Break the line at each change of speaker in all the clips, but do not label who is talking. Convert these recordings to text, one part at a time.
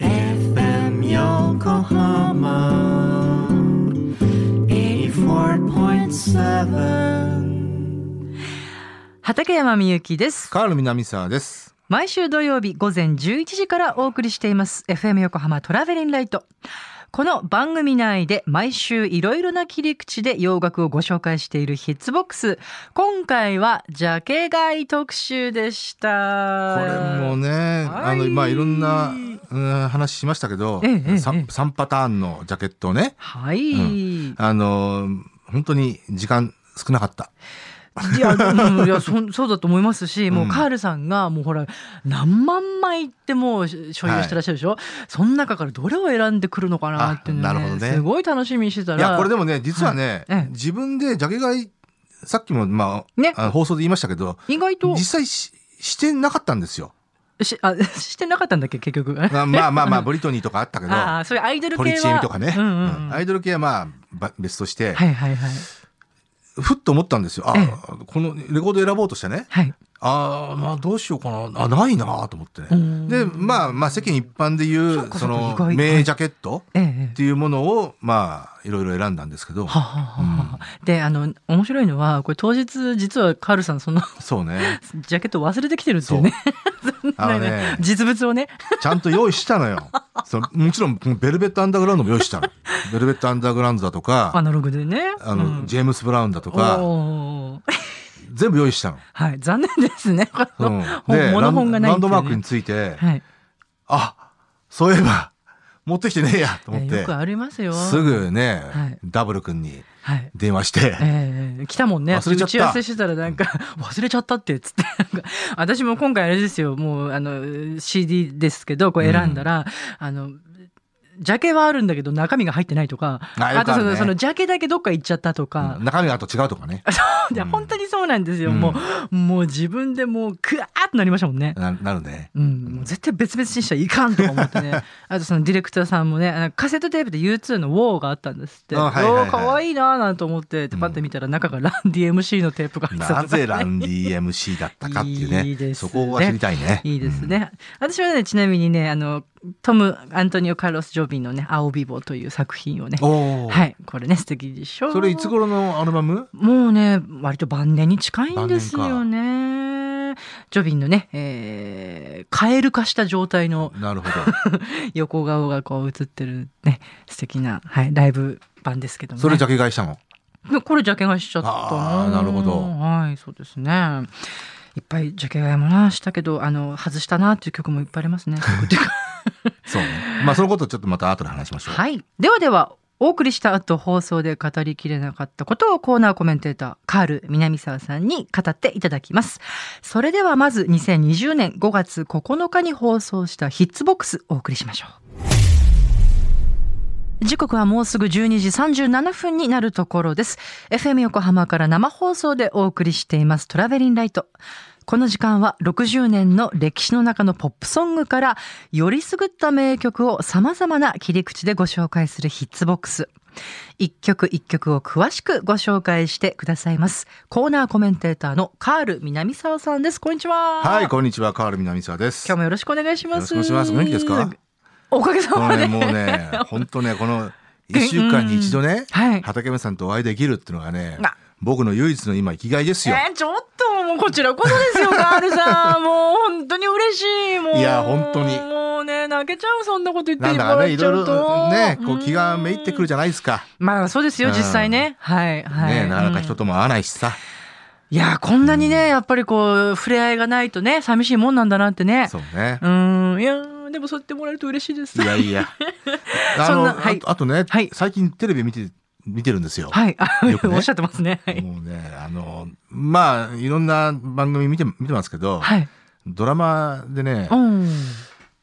FM Yokohama 84.7
畠山みゆきです
カール南沢です。
毎週土曜日午前11時からお送りしています FM 横浜トラベリンライトこの番組内で毎週いろいろな切り口で洋楽をご紹介しているヒッツボックス今回はジャケ買い特集でした
これもね、
はい
あのまあいろんな、うん、話しましたけど、
ええええええ
3, パターンのジャケットをね、
はい、
あの本当に時間少なかった。
いや、うんいやそんそうだと思いますし、もううんカールさんがもうほら何万枚ってもう所有してらっしゃるでしょ、その中からどれを選んでくるのかなっていうの
あ
を
な
ね、
るほどね
すごい楽しみにしてた
い
ら
やこれでもね実はね、
はいええ
自分でジャケ買いさっきもまあ、
ね
あの放送で言いましたけど
意外と
実際ししてなかったんですよ。
しあ してなかったんだっけ結局あ
あまあまあ まあブリトニーとかあったけど
あーそういうアイドル系は
ポリチエミとかね、
うんうんうん
うんアイドル系はまあば別として、
はいはいはい
ふっと思ったんですよ。あ、
ええ
このレコード選ぼうとしてね、
はい
ああまあどうしようかなあないなと思って
うん
ねでまあまあ世間一般で
そう
言
かそ
うそ
か
うの
意外
名ジャケット
えええ
っていうものをまあいろいろ選んだんですけど
えはあはあはあはあであの面白いのはこれ当日実はカールさんその
そうね
ジャケット忘れてきてるっていうね
あの
なん
ね
か実物をね
ちゃんと用意したのよそのもちろんベルベットアンダーグラウンドも 用意したのベルベットアンダーグラウンドだと
ア
か
ナログでね
あ
う
の
ん
ジェームス・ブラウンだとか
おー
全部用意したの
はい残念ですねこ
う
の
ん
本
でラ
物本
ン
がない
ラ
っていうね
ンドマークについて
はい
あそういえば持ってきてねえやと思っ
いやよ
て
くありますよ
すぐね
はい
ダブル君に
はい
電話して
ええ来たもんね。
忘れちゃった
打ち合わせしてたらなんか、忘れちゃったって、つって。なんか私も今回あれですよ、もう、あの、CD ですけど、これ選んだら、あの、ジャケはあるんだけど中身が入ってないとか、
あよくあ
とそ
るね
の、そのジャケだけどっか行っちゃったとか
うん、中身があと違うとかね。
で本当にそうなんですよ。
うん
もう、もう自分でもう、クワーっとなりましたもんね。
な なるね。
うん、もう絶対別々にしちゃいかんとか思って ねあとそのディレクターさんもねあのカセットテープで U2 の「WOW」があったんですって「
あ
お
はいはいはい
ーかわいいな」なんて思ってでパッて見たら中がランディ MC のテープが入ってた
な
とか
ぜランディ MC だったかっていうね。
いいですね
そこは知りたいね。
いいですね、私はねちなみにねあのトム・アントニオ・カルロス・ジョビンのね「青ビボ」という作品をね
うん。おお、
はいこれね素敵でしょ
それいつ頃のアルバム
もうね割と晩年に近いんですよねジョビンのね、えー、カエル化した状態の
なるほ
横顔がこう映ってるね素敵なはいライブ版ですけど
ど。
も、ね、
それジャケ買いしたの。
でこれジャケ買いしちゃった
あーなるほど
はいそうですねいっぱいジャケ買いもなしたけどあの外したなっていう曲もいっぱいあり ますね曲っていうか
そうね。まあそのことちょっとまた後で話しましょう。
はいではではお送りした後放送で語りきれなかったことをコーナーコメンテーターカール南沢さんに語っていただきますそれではまず2020年5月9日に放送したヒッツボックスお送りしましょう時刻はもうすぐ12時37分になるところです。FM 横浜から生放送でお送りしていますトラベリンライト。この時間は60年の歴史の中のポップソングからよりすぐった名曲を様々な切り口でご紹介するヒッツボックス。一曲一曲を詳しくご紹介してくださいます。コーナーコメンテーターのカール南沢さんです。こんにちは。
はい、
今
こんにちは、カール南沢です。
日もよろしくお願いします。
よろしくお願いします。元気ですか。
おかげさ
こ
ま
の
で。
ね、もう ね、本当ね、この一週間に一度ね、
はい
畠山さんとお会いできるっていうのがね
あ。
僕の唯一の今生きがいですよ。
えーちょっともうこちらこそですよ、ガール さん。もう本当に嬉しい。もう。
いや本当に
もうね、泣けちゃう、そんなこと言って
ないん
た
だか
だ
ね、
い
い
ちゃ
ろ
う
いろ
と。
ね、こう気がめ
め
いってくるじゃないですか。
まあそうですよ、
うん
実際ね。はい、はい。
ね、なかなか人
うん
とも会わないしさ。
いや、こんなにね、やっぱりこう、触れ合いがないとね、寂しいもんなんだなってね。
そうね。
うん、いやーでもそう言ってもらえると嬉しいです。
いや いや。あ
そん
の、
なはい
あとあとね、
はい
最近テレビ見て、見てるんですよ。
はい、あ
よくね
おっしゃってますね。はい。
もうね、あの、まあ、いろんな番組見て、見てますけど、
はい。
ドラマでね
う、ん。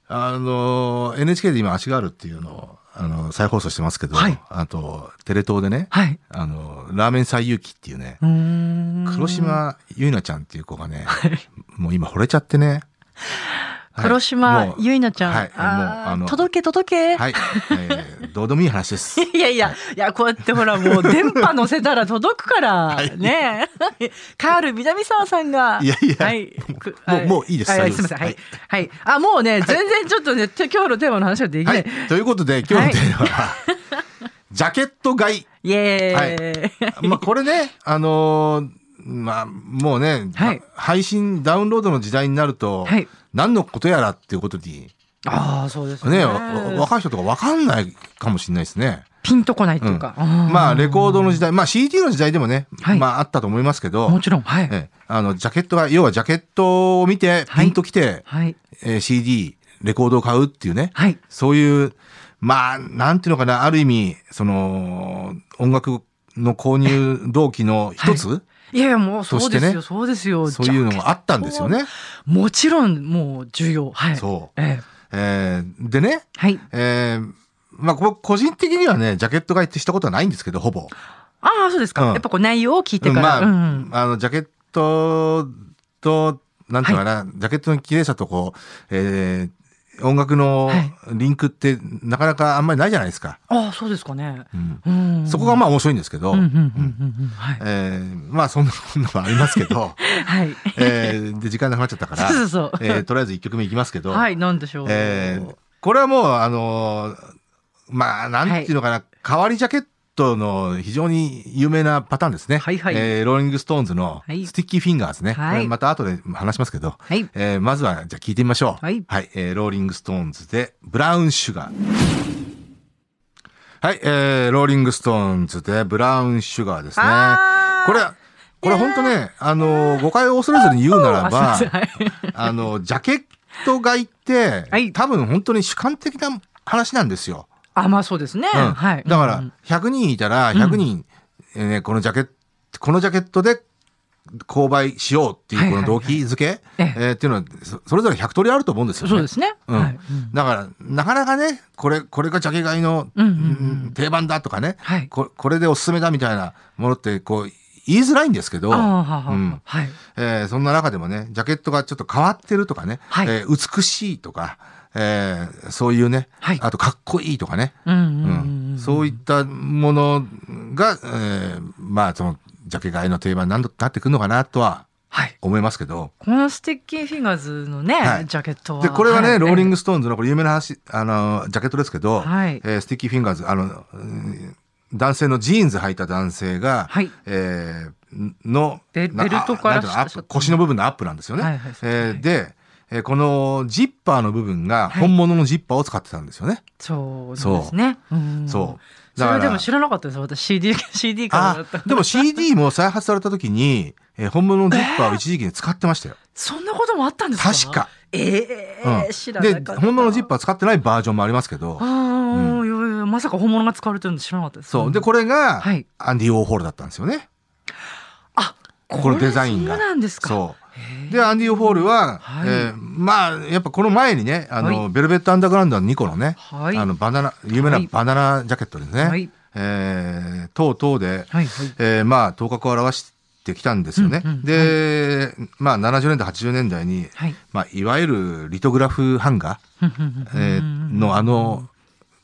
あの、NHK で今、足があるっていうのを、あの、再放送してますけど、
はい
あと、テレ東でね、
はい。
あの、ラーメン最勇気っていうね、
うーん
黒。島ゆいなちゃんっていう子がね、もう今惚れちゃってね。はい
黒島
もう
ゆいなちゃん。
はい、もう、
あー
あの、
届け届け。
はい、えーどうでもいい話で す。
いやいや、いや、こうやってほら、もう電波乗せたら届くから、ね え。カール南沢さんが。
いやいや
はい。く
もう
は
もういいです
はいはい、
大
すみ
丈
ませ
夫です
ん。はい。はい。あ、もうね、全然ちょっとね、今日のテーマの話はできな
はいい。、ということで、今日のテーマは、ジャケット買い。
イエーイ。
まあ、これね、あのーまあ、もうね、
はい
配信、ダウンロードの時代になると、
はい
何のことやらっていうことに、
ああ、そうです
ね、
ね。
わ若い人とか分かんないかもしれないですね。
ピンとこないっていうか。うん
まあ、レコードの時代、まあ、CD の時代でもね、
はい
まあ、あったと思いますけど、
もちろん、はい。
ええあの、ジャケットが、要はジャケットを見て、
はい
ピンときて、
はい。
えー CD、レコードを買うっていうね、
はい。
そういう、まあ、なんていうのかな、ある意味、その、音楽の購入動機の一つ、
いやいや、もう、そうです
そしてね
よ、そうですよ。
そういうのもあったんですよね。
もちろん、もう、重要。はい。
そう。
ええ。
えーでね、
はい。
えーまあ、僕個人的にはね、ジャケット買いってしたことはないんですけど、ほぼ。
ああ、そうですか。
うん
やっぱこう、内容を聞いて
うん
か
ま
ら。
あ、
うん。
あの、ジャケットと、なんていうのかな、ジャケットの綺麗さとこう、えー音楽の
はい
リンクってなかなかあんまりないじゃないですか。
ああ、そうですかね。
うん
うん。
そこがまあ面白いんですけど、
うん、うん、うん、
う
うんんうん。はい。
えーまあそんな こんなもありますけど、
はい。
えーで、時間なくなっちゃったから、
そうそうそう
えーとりあえず一曲目いきますけど、
はい、なんでしょう。
えーこれはもう、あのーまあ、なんていうのかな、代わりジャケットの非常に有名なパターンですね。
はいはい
えーローリングストーンズの
はい
スティッキーフィンガーズね。
はい
これまた後で話しますけど。
はい。
えーまずは、じゃあ聞いてみましょう。
はい
えーローリングストーンズで、ブラウンシュガー。はい、えーローリングストーンズで、ブラウンシュガーですね。
あー
これ、これ本当ね、あのー誤解を恐れずに言うならば
あ、すいませんはい
あの、ジャケット買いって、
はい
多分本当に主観的な話なんですよ。
あ、まあそうですね。
うん
はい。
だか
うんう
ら
ん、
100人いたら、100人、えーねこのジャケット、このジャケットで購買しようってい
は
う、
い
こ
はい
の
はい
動機づけ、
ええ
えーっていうのは、そそれぞれ100通りあると思うんですよね。
そうですね。
うん
はい。
だから、なかなかね、これ、これがジャケ買いの、
うんうんうん
定番だとかね、
はい
こ、これでおすすめだみたいなものって、こう、言いづらいんですけど、
ああ、は
う
は
ん。
はい。
えーそんな中でもね、ジャケットがちょっと変わってるとかね、
はい
えー美しいとか、えーそういうね、
はい
あとかっこいいとかね、
うんうん
う
うんんうん。
そういったものが、えーまあそのジャケ買いの定番になんだなってくるのかなとは
はい。
思いますけど。
このステッキーフィンガーズのね
はい、
ジャケットは。
で、これはね、
い
ローリングストーンズのこれ有名な話、あの、ジャケットですけど、
はい
えースティッキーフィンガーズ、あの、うん男性のジーンズ履いた男性が、
はい
えーの、
ベ
な
ベルトから
あなんていうのアップ
シャツ
腰の部分のアップなんですよね。
はいはい
えーで、えーこのジッパーの部分が
はい
本物のジッパーを使ってたんですよね。
そうですね。うん
そう。
そ
だか
れ
ら
でも知らなかったです。私 CD、CD からだ
あ
った。
でも CD も再発された 時に、えー本物のジッパーを一時期に使ってましたよ。
そんなこともあったんですか
確か。
え
う
え
ん、
知らなかっ
で
た。
本物のジッパー使ってないバージョンもありますけど、
ああ、いやいや、まさか本物が使われてるの知らなかったです。
そうでこれが、
はい
アンディ・ウォーホールだったんですよね。
あ、
これデザインが
そうなんですか。
そうでアンディ・ウォーホールは、
はい
えーまあやっぱこの前にねあの、
はい
ベルベット・アンダーグラウンドの2個のね、
はい
あのバナナ有名な
はい
バナナジャケットですね、
はい
えー等々で、
はいはい。
えーまあ頭角を表してきたんですよね。
うんうん
で、まあ70年代80年代に、
はい。
まあ、いわゆるリトグラフ版画、えーのあの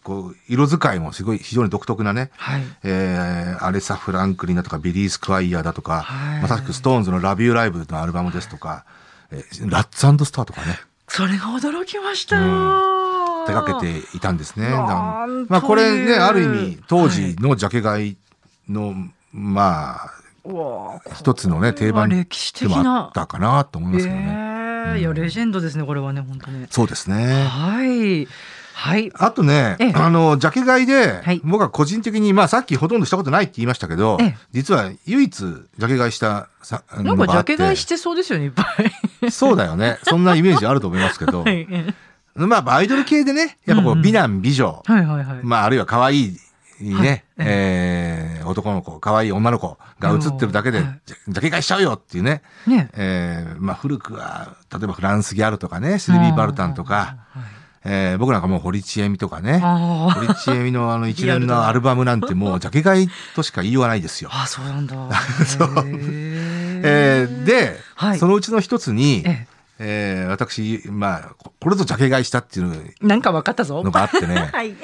こう色使いもすごい非常に独特なね、
はい。
えーアレサ・フランクリンだとかビリー・スクワイヤーだとか、
はい
まさしくストーンズの「ラビュー・ライブ」のアルバムですとか、えーラッツスターとかね
それが驚きましたよ。
手がけていたんですね。だか
な
ら
ん
まあ、
という
これねある意味当時のジャケ買いの、まあ
うわあ、
一つのね定番
これ
で
は歴史的
もあ
な
っ。たかなと思い
え
ますけどね。
えいやレジェンドですねこれはね本当ね。
そうですね。
はいはい
あとね、
ええ
あの、ジャケ買いで、
はい
僕は個人的に、まあさっきほとんどしたことないって言いましたけど、
ええ
実は唯一ジャケ買いしたさ
な
の
ん
があ
か
っ
ジ
て
ャケ買いしてそうですよねいっぱい。
そうだよね。そんなイメージあると思いますけ ど、
はいえ
まあアイドル系でね、やっぱこ
う
うん
うん
美男美女、
はいはいはい。
まああるいは可愛いね、
はいえ
えー男の子、可愛い女の子が映ってるだけで、
でもはい
ジャジャケ買いしちゃうよっていうね、
ね。
えーまあ古くは、例えばフランスギャルとかね、シルビー・バルタンとか、
はい。
えー僕なんかもう堀ちえみとかね、
あー
堀ちえみのあの一連
リアル
の
だ
アルバムなん てもうジャケ買いとしか言いようがないですよ。
あ、そうなんだ。
そう
へー
えーで、
はい
そのうちの一つに、
え
えー私、まあ、ここれぞジャケ買いしたっていう
なんかわかったぞ
の。があってね、
はい。。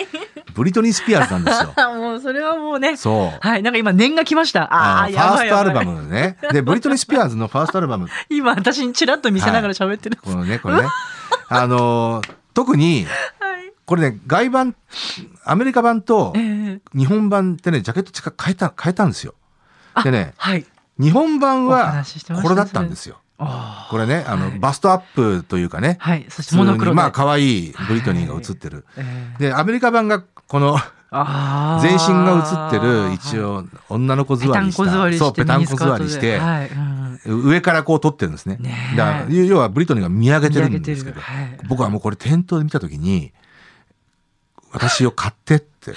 ブリトニー・スピアーズなんですよ
もうそれはもうね。
そう。
はい。なんか今念が来ました。あ
あ
あ、
ーフ
や
ァー
ばい
ス
や
トア
ば
ル
い
バムね。で、ブリトニー・スピアーズのファーストアルバム、
今私にチラッと見せながら喋ってる。
このね、 これね。あのー特に、
はい。
これね、外版、アメリカ版と
えー
日本版ってね、ジャケット近く変えた、変えたんですよ。
あ
でね、
はい。
日本版
お
は
話ししてましたね
これだったんですよ。
あ
これね、あの、
はい
バストアップというかね
ー、はい。そして
普通
モノク
に
ロで。
まあ可愛いブリトニーが映ってる。
えー
で、アメリカ版がこの
あー
全身が映ってる、一
はい
応女の子
ペ
座
タ
り
ン
した。
コ座りして。
そう、ペタンコ座りして、
はい。うん
上からこう撮ってるんですね。
ねえ
だから要はブリトニーが見上げてるんですけ
見上げてる
ど、
はい
僕はもうこれ店頭で見たときに、私を買って って、も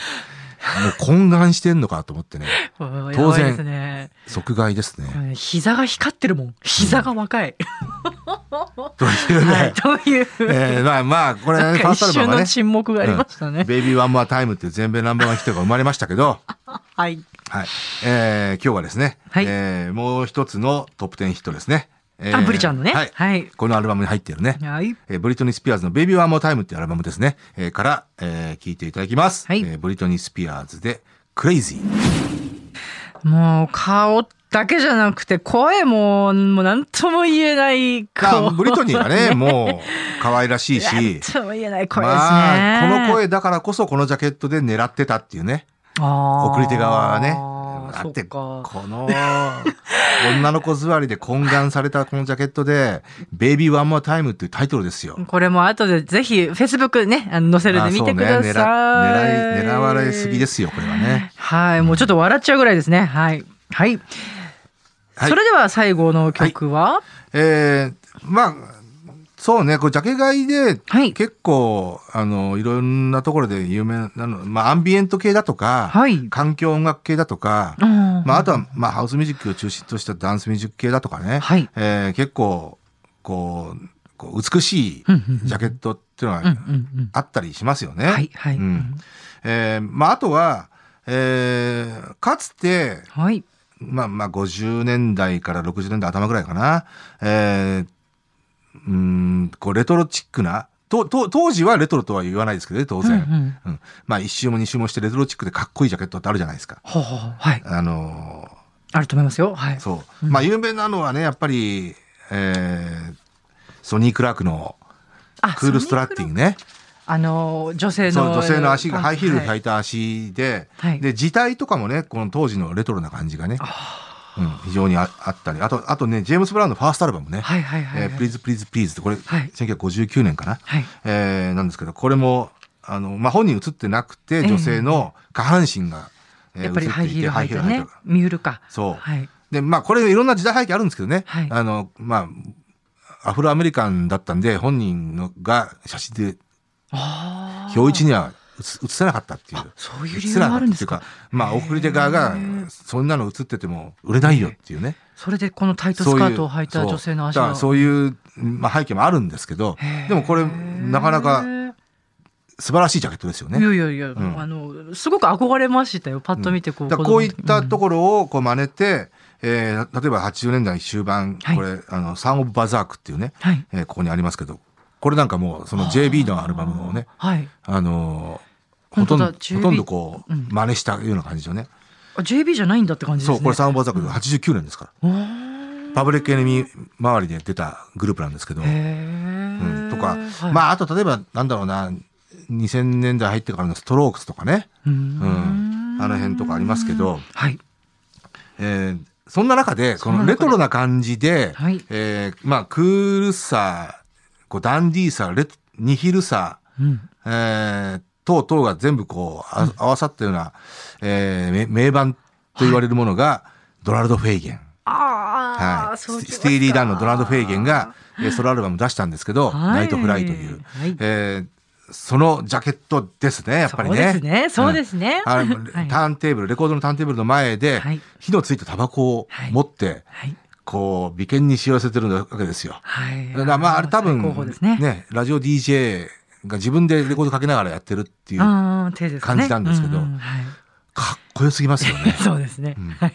う懇願してんのかと思ってね、
当
当然
ですね。
即買いです
これ
ね。
ね膝が光ってるもん。膝が若い。
というね、
はい。という。
えーまあまあ、これ、
なん
ね、ファ
か
ーストア
一
ルバ
瞬
ムは
の
ね、
沈黙がありましたね。
ベイビーワンモアタイムっていう全米ナンバーワンヒットが生まれましたけど、
はい。
はい。えー今日はですね、
はい
えーもう一つのトップ10ヒットですね。えー
あ、ブリちゃんのね。
はい。
はい。
このアルバムに入ってるね。
はい。
えーブリトニー・スピアーズの「ベイビー・ワン・モー・タイム」っていうアルバムですね、えーから、えー聞いていただきます、
はい
えーブリトニー・スピアーズで「クレイジー
もう顔だけじゃなくて声も、もうなんとも言えない」
まあ
顔。
ブリト ニーがねもう可愛らしい
なん
し
とも言えない声ですね。
まあ、この声だからこそこのジャケットで狙ってたっていうね
あー
送り手側はね
あ
だって
そ
こ
っか。
の女の子座りで懇願されたこのジャケットで「ベイビー・ワン・モア・タイム」っていうタイトルですよ。
これも後でぜひ、Facebook ね、あの載せるんで
まあ
見
そう
て
ね
ください。
狙い狙い狙われすぎですよこれはね。
はい、もうちょっと笑っちゃうぐらいですね。はい。はい。
はい
それでは最後の曲は、
えー、まあそうねこうジャケ買いで、
はい
結構あのいろんなところで有名なの、まあ、アンビエント系だとか、
はい
環境音楽系だとか、
うん
まあ、あとは、まあ、ハウスミュージックを中心としたダンスミュージック系だとかね、
はい
えー結構こうこう美しい
うんうんうん
ジャケットっていうの
うんう
が
ん
あったりしますよね。
うん。はい、はい。
うんえーまあ、あとは、えーかつて
はい。
まあまあ50年代から60年代頭ぐらいかな。えー、うーん、こうレトロチックな、と、と、当時はレトロとは言わないですけどね、当然。
うんうん
うんまあ一周も二周もしてレトロチックでかっこいいジャケットってあるじゃないですか。
ほうほうほうはい。
あの
あると思いますよ。はい
ー。そう。まあ有名なのはね、やっぱり、えー、ソニー・クラークの
あ
クールストラッティングね。
あの、女性の。
そう、女性の足が、
パ
ハ
ン
イ
ツ
ヒール
は
履
い
いた足で、
はい
で、字体とかもね、この当時のレトロな感じがね、うん、非常にああったり、あと、あとね、ジェームス・ブラウンのファーストアルバムね、
はいはいはい
え
はい。
ー、プリーズプリーズプリーズってこれ、
はい
1959年かな、
はい。
えーなんですけどこれもあの、まあ、本人映ってなくて
え
女性の下半身が、えー
やっぱりハイヒール履いて
映ってい
ね
て。
ミュールか。
そう
はい。
でまあこれいろんな時代背景あるんですけどね、
はい
あのまあアフロアメリカンだったんで本人のが写真で
ああ。
表一には写写せなかったっていう。
そういう
映
理由
せな
が
か
あ
った
るん
っ
で
ていう
す
か
か。
まあ送り手側が
へー
そんなの映ってても売れないよっていうね
それでこのタイトス
そういう
カートを履いた女性の足
そうだか
が。
らそういう、まあ、背景もあるんですけどでもこれなかなか
へ
素晴らしいジャケットですよね
ーい。やいやいや、
ん
あの、すごく憧れましたよ。パッと見てこう。
だからこういったところをこう真似て、えー例えば80年代終盤、
はい
これあの「サン・オブ・バザーク」っていうね、
はい
えーここにありますけどこれなんかもうその JB のアルバムをね
はい。
あのー
本
ほと
当
んど
だ
ほ
JB
とんどこう
うん
真似したような感じでね、
あ JB じゃないんだって感じで
そ
すね。
うこれ「サン・オブ・バザーク」89年ですから、
おー
パブリック・エネミー周りで出たグループなんですけど、
へ
う
ー
んとか、
はい
まああと例えばなんだろうな2000年代入ってからのストロークスとかね、
うー
う
ん
んあの辺とかありますけど。
はい。
えーそんな中で、こ
んな
の
中
レ
で
トロな感じで、
はい
えーまあ、クールさ、こうダンディーさ、レトニヒルさ、
うん。
えー、等々が全部こう、あ合わさったような、えーめ名盤と言われるものが、ドナルド・フェイゲン。
あ
は
あ、
い。
そう
ス
きますか
スティーリー・ダンのドナルド・フェイゲンが、えーソロアルバム出したんですけど、
はい
ナイト・フライという、
はい
えーそのジャケットですね、やっぱりね。
そうですね。そうですね。
あの
はい
ターンテーブル、レコードのターンテーブルの前で、
はい
火のついたタバコを持って、
はい。
こう、眉間にしわせてるわけですよ。
はい。
だからまあ、あれ多分、
最高峰ですね。
ラジオ DJ が自分でレコードかけながらやってるっていう、か
あー手ですね
感じたんですけど
ううんはい。
っこよすぎますよね
そうですね、
うん
はい。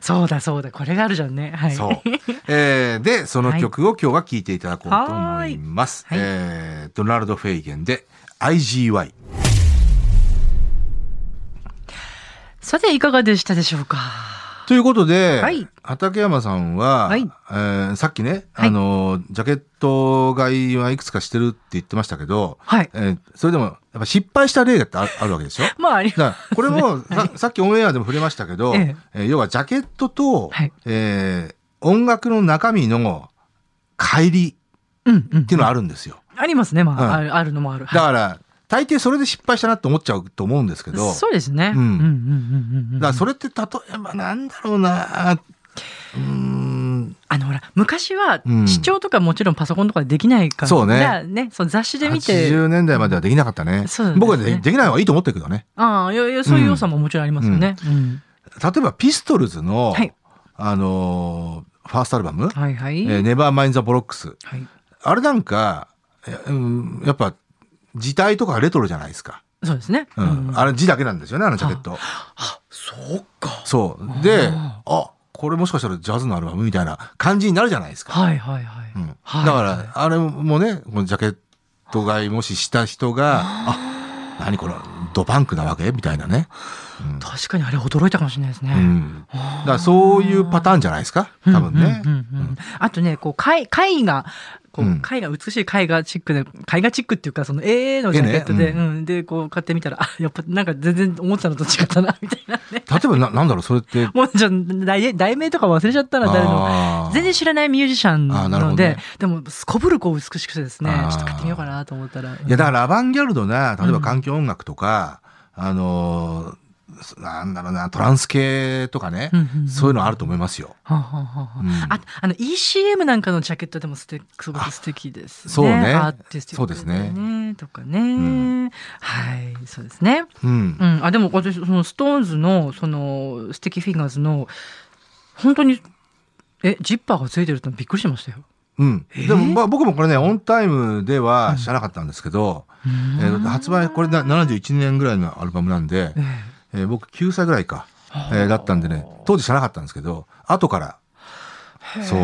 そうだそうだこれがあるじゃんねはい
そう。えーで、その曲を今日は聴いていただこうと思います。
はい
えードナルド・フェイゲンで IGY。
さていかがでしたでしょうか
ということで、
はい
畠山さんは、
はい
えーさっきね、
はい
あの、ジャケット買いはいくつかしてるって言ってましたけど、
はい
えーそれでも、やっぱ失敗した例だってああるわけでしょだか
まああ り
らこれもさ,、さっきオンエアでも触れましたけど、
え
えー要はジャケットと、
はい
えー音楽の中身の乖離っ
うんうん
ていうのはあるんですよ。
ありますねまあ、あ
うん
るあるのもある
だから、大抵それで失敗したなって思っちゃうと思うんですけど、だか
そうですね。
うん
うんうんうんうんうん。
らそれって例えばなんだろうな、うーん、
あのほら昔は
うん
視聴とかもちろんパソコンとかでできないから、
そうね
ね、その雑誌で見て、
80年代まではできなかったね。
そうなんですね
僕はでできない方がいいと思ってるけどね。
ああいやいやそういう要素ももちろんありますよね。うん
例えばピストルズの、
はい
あのーファーストアルバム、
はいはい、
えー、ネバーマインザボロックス。
はい。
あれなんか、えうんやっぱ、字体とかレトロじゃないですか。
そうですね。
うん。
うん
あれ字だけなんですよね、あのジャケット。
あそうか。
そう。で、
あ
あ、これもしかしたらジャズのアルバムみたいな感じになるじゃないですか。
はいはいはい。
うん、だ
はい
から、あれもね、このジャケット買いもしした人が、あ、何これ、ドパンクなわけみたいなね。うん
確かにあれ驚いたかもしれないですね。
うん。
あ
だ
あ
からそういうパターンじゃないですか多分ね。
うんうんうんうんあとね、こう、絵絵画、こう
うん
絵画、美しい絵画チックで、絵画チックっていうか、その、ええのジャケット
絵
で、
ね
うん、で、こう、買ってみたら、あ、やっぱ、なんか全然思ってたのと違ったな、み たいなね。
例えばな、なんだろう、それって。
もう、じゃあ題、題名とか忘れちゃったら、誰の。
あー
全然知らないミュージシャン
あーなるほ
の
ど
で、
ね
でも、すこぶるこう美しくてですね
あ、ー
ちょっと買ってみようかなと思ったら。
いや、だからアバンギャルドな、例えば環境音楽とか、あのー、なんだろうな、トランス系とかね、
うんうんうん
そういうのあると思いますよ。
はあはあはあはあ
うん
あ、あの ECM なんかのジャケットでもすてすごく素敵ですね。
あそうね
アーティスティック
そうです
ね。とかね、
ん
はい、そうですね。
うん
う。ん、あでも私そのストーンズのその素敵フィンガーズの本当にえジッパーがついてるってのびっくりしましたよ。
うん。
えー
でも、まあ、僕もこれね、オンタイムでは知らなかったんですけど、えー発売、これな71年ぐらいのアルバムなんで
え、
えー僕9歳ぐらいか、えーだったんでね、当時知らなかったんですけど、後から、
え
そう。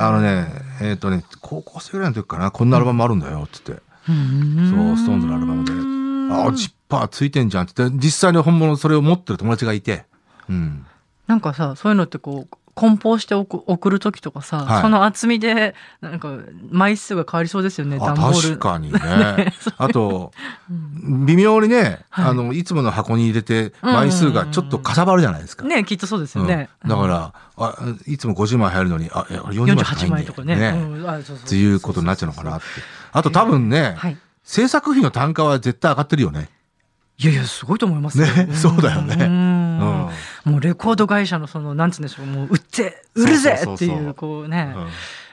あの。ね、えっ、とね、高校生ぐらいの時かな、こんなアルバムあるんだよ、って言って。そう、ストーンズのアルバムで。ああ、ジッパーついてんじゃんって言って、実際に本物それを持ってる友達がいて。うん。
なんかさそういうのってこう梱包して送送る時とかさ、
はい
その厚みでなんか枚数が変わりそうですよね段
あ
ボール。
確かにね。 あと、微妙にね、あの、いつもの箱に入れて、枚数がちょっとかさばるじゃないですか。
ねきっとそうです
う
よ
ん
ね。
だから、あいつも50枚入るのに、あ、いや40枚
48
しかない
枚
んだよ
とかね。うんあそうそう
っていうことになっちゃうのかなって。あと多分ね、
はい。
制作費の単価は絶対上がってるよね。
いやいやすごいと思いますよ
ねそうだよね
うん
うん
もうレコード会社のそのなんつうんでしょうもう売って売るぜ
そうそうそうそう
っていうこうね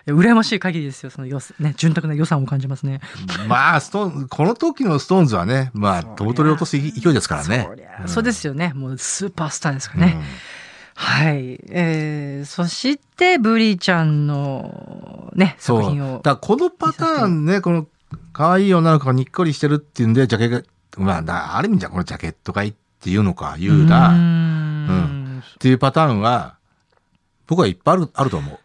うん
いや羨ましい限りですよそのよね潤沢な予算を感じますね。
まあ、ストーン、この時のストーンズはね、まあ、飛ぶ鳥を落とす勢いですからね。ん
そうですよねもうスーパースターですからね。はい、えー、そしてブリーちゃんのね
そ
作
う。
品
だ
を
からこのパターンね、この可愛い女の子がにっこりしてるっていうんで、ジャケが、まあ、だある意味じゃこのジャケットがいいっていうのか、言う
うー
な、っ
ん
ていうパターンは、僕はいっぱいある、あると思う。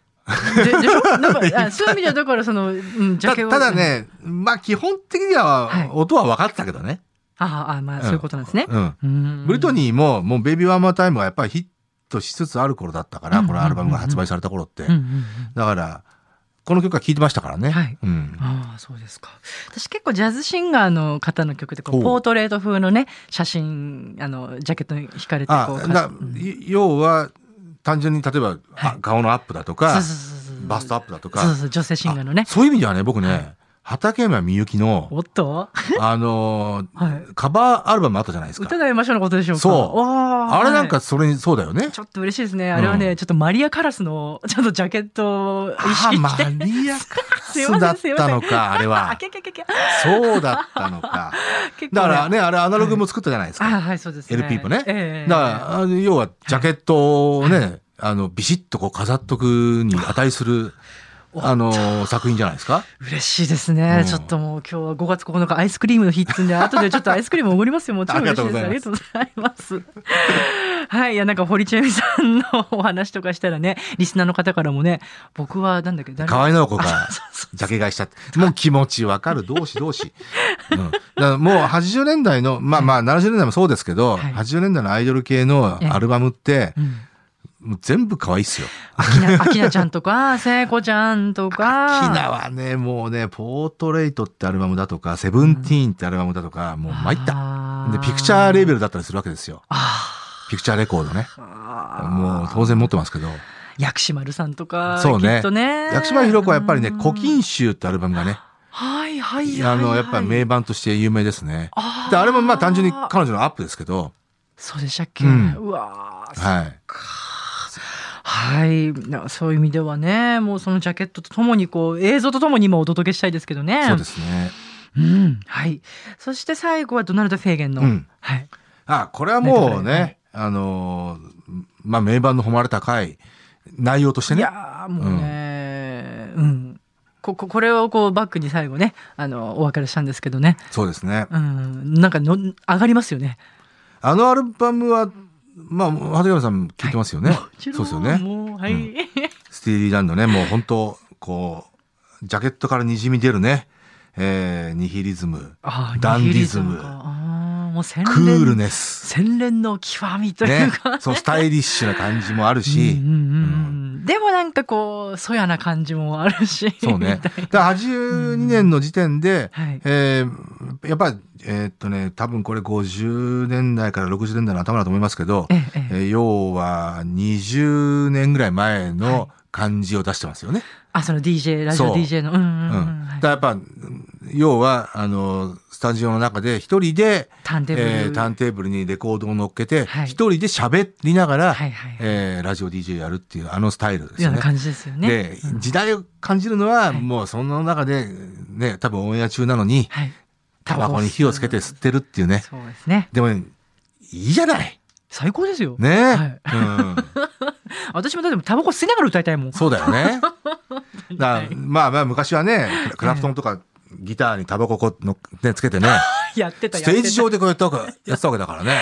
ででしょ だからあそういう意味ではだからその、うん、ジャ
た
ケを
ただね、まあ、基本的に
はい
は、音は分かってたけどね。
ああまあそういうことなんですね。
うん。
うん
ブリトニーも、もう、ベイビーワンマータイムはやっぱりヒットしつつある頃だったから、
うん
このアルバムが発売された頃って。
うんうんうん
だから、この曲は聴いてましたからね。
はい
うん。
ああそうですか私結構ジャズシンガーの方の曲でこ
ほ
う
う
ポートレート風のね写真あのジャケットに引かれてこ
あ
う
だ
うん
い要は単純に例えば、あ顔のアップだとか
そうそうそうそう
バストアップだとか
そうそう女性シンガーのね
あそういう意味ではね僕ね畠山みゆきの
おっと、
あのー
はい、
カバーアルバムあったじゃないですか
歌がいましょうのことでしょうか
そう
わ
あれなん
は
かそれにそうだよね
いちょっと嬉しいですねあれはね、
う
ちょっとマリア・カラスのちょっとジャケットを意
あ
識
マ
して
リアカラ
すい
ス
ま
だ
せん
っ
すいません
たのかあれ
あ
は
けけけけ
そうだった のか
結構
だからねあれアナログも作ったじゃないですか、
あはいそうですね
LP もね、
ええ
だからあの要はジャケットをね、あのビシッとこう飾っとくに値するあの、作品じゃないですか。
嬉しいですね、
うん
ちょっともう今日は5月9日アイスクリームの日ってんで後でちょっとアイスクリームおごりますよもちろん嬉しいです
ありがと
ありがとうございますはいいやなんか堀ちえみさんのお話とかしたらねリスナーの方からもね僕はなんだっけ誰
可愛いの子が
そうそ、
ジャケ買いしたって。もう気持ちわかる。同志同志。うん。だからもう80年代の、まあまあ70年代もそうですけど、
はい
80年代のアイドル系のアルバムって
う、ん
もう全部可愛いっすよ。
あきなあきなちゃんとか聖子ちゃんとか
キナはね、もうね、ポートレイトってアルバムだとか、セブンティーンってアルバムだとか、もう参った。
た
で、ピクチャーレーベ
ル
ルだったりするわけですよ。ピクチャーレコードね。もう当然持ってますけど。
薬師丸さんとか
そうね
きっとね
薬師丸ひろ子はやっぱりね、
うん
古今集ってアルバムがね、
はいはいはい、はい、
あの、やっぱり名盤として有名ですね。
あー
で、あれもまあ単純に彼女のアップですけど、
そうでしたっけ、う
うん
わー
はい。
はいなそういう意味ではねもうそのジャケットとともにこう映像とともに今お届けしたいですけどね
そうですね。
うんはい、そして最後はドナルド・フェーゲンの、
うん
はい、
あ、これはもう
ねはい
ね、あのー、まあ名盤の誉れ高い内容として
い
ね、
やーもうねうん、こここれをこうバックに最後ねあのお別れしたんですけどね、
そうですね。
うん、なんかの上がりますよね。
あのアルバムは、まあ、畠山さん聞いてますよね。
もち
そう
ろん
ですよね。
もうはい、
うスティーリーランドね、もう本当、こう、ジャケットからにじみ出るね、えー、ニヒリズム、
あー
ダンディズム
ニヒリかあーもう洗
ク
練
ールネス。
洗練の極みとい
ね
うか、。
そう、スタイリッシュな感じもあるし、
うんうんうんうんでもなんかこうそやな感じもあるし
そうね。
み
だ
たいな
から82年の時点で、
はい
えーやっぱり、えーっとね、多分これ50年代から60年代の頭だと思いますけど、
ええええ
えー要は20年ぐらい前の感じを出してますよね。
あその DJ ラジオ
そう
DJ のうんうん
う
う
ん
んはい
だからやっぱ、要は、あの、スタジオの中で一人で、
ターンテーブル
えーターンテーブルにレコードを乗っけて、
はい
一人で喋りながら、
はいはいはい
えーラジオ DJ やるっていう、あのスタイルです
よ
よ
うな
ね。
感じですよね
で、時代を感じるの
は
は、
い
もうその中で、ね、多分オンエア中なのに、
はい
タバコに火をつけて吸ってるっていうね。
そうですね
でも、いいじゃない
最高ですよ、
ね、
はい
うん。
私もだってタバコ吸いながら歌いたいもん
そうだよ ね。だ
はい
まあまあ昔はね、クラクラフトンとかギターにタバコこうの、ね、つけ てね、
やってた
ス
やってた
テージ上でこうやったわけやってたわけ だからね。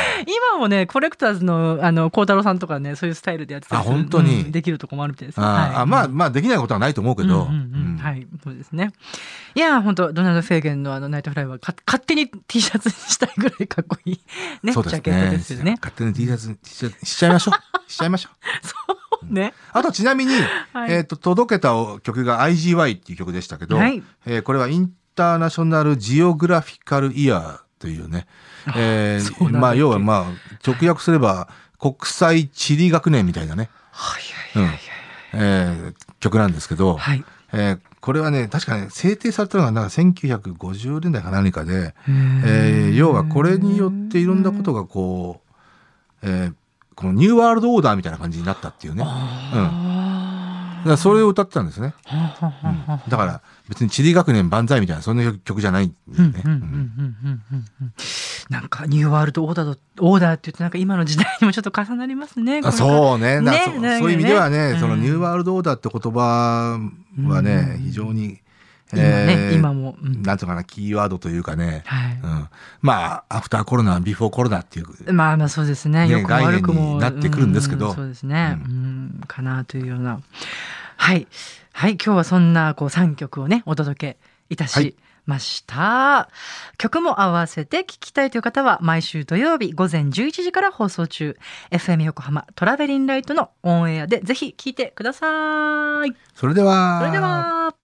今もねコレクターズのあの孝太郎さんとかねそういうスタイルでやってたりする
あ本当に
うんできるとこもあるみたいですね
あ
はい
ーあまあまあできないことはないと思うけど、
うんうんうん
うん
はい、そうですね。いやー、本当ドナルド・フェーゲンのあの、ナイトフライはか、勝手に T シャツに したいぐらいかっこいい、ね、ジ
そうです
ャ
ね
ケットですよね。
勝手に T シャツに T シャツしちゃいましょう。しちゃいましょ う。
ね。
あとちなみに、
はい
えっ、と、届けた曲が IGY っていう曲でしたけど、
はい
えーこれはインターナショナルジオグラフィカルイヤーというね、えー
そうなんだ
まあ要はまあ直訳すれば国際地理学年みたいなね、
はい
うん
はい
えー曲なんですけど、
はい。はい。
えーこれはね、確かね、制定されたのがなんか1950年代か何かで、えー要はこれによっていろんなことがこう、えーこのニューワールドオーダーみたいな感じになったっていうね。うん
あ
だからそれを歌ってたんですね。
ーはははは
だから別に地理学年万歳みたいなそんな曲じゃないんだ
うんう
よ
ん
ね。
うんうんうんうんうんなんかニューワールドオーダーとオーダーって言ってなんか今の時代にもちょっと重なりますね。
あ
う。
そうね。だか
ね
らそ
だよね
そういう意味ではね、
うん
そのニューワールドオーダーって言葉はね、
うん
非常に、
今ね、今も。うん
なんとかな、キーワードというかね、
はい
うん、まあ、アフターコロナ、ビフォーコロナっていう、
まあまあそうですね。
ね
よくも
概念
悪くも
になってくるんですけど
うそうですね。う、
うん
かなというような。はい。はい。今日はそんなこう3曲をね、お届けいた
はい
しました。曲も合わせて聴きたいという方は、毎週土曜日午前11時から放送中、FM 横浜トラベリンライトのオンエアでぜひ聴いてください。
それでは。
それでは。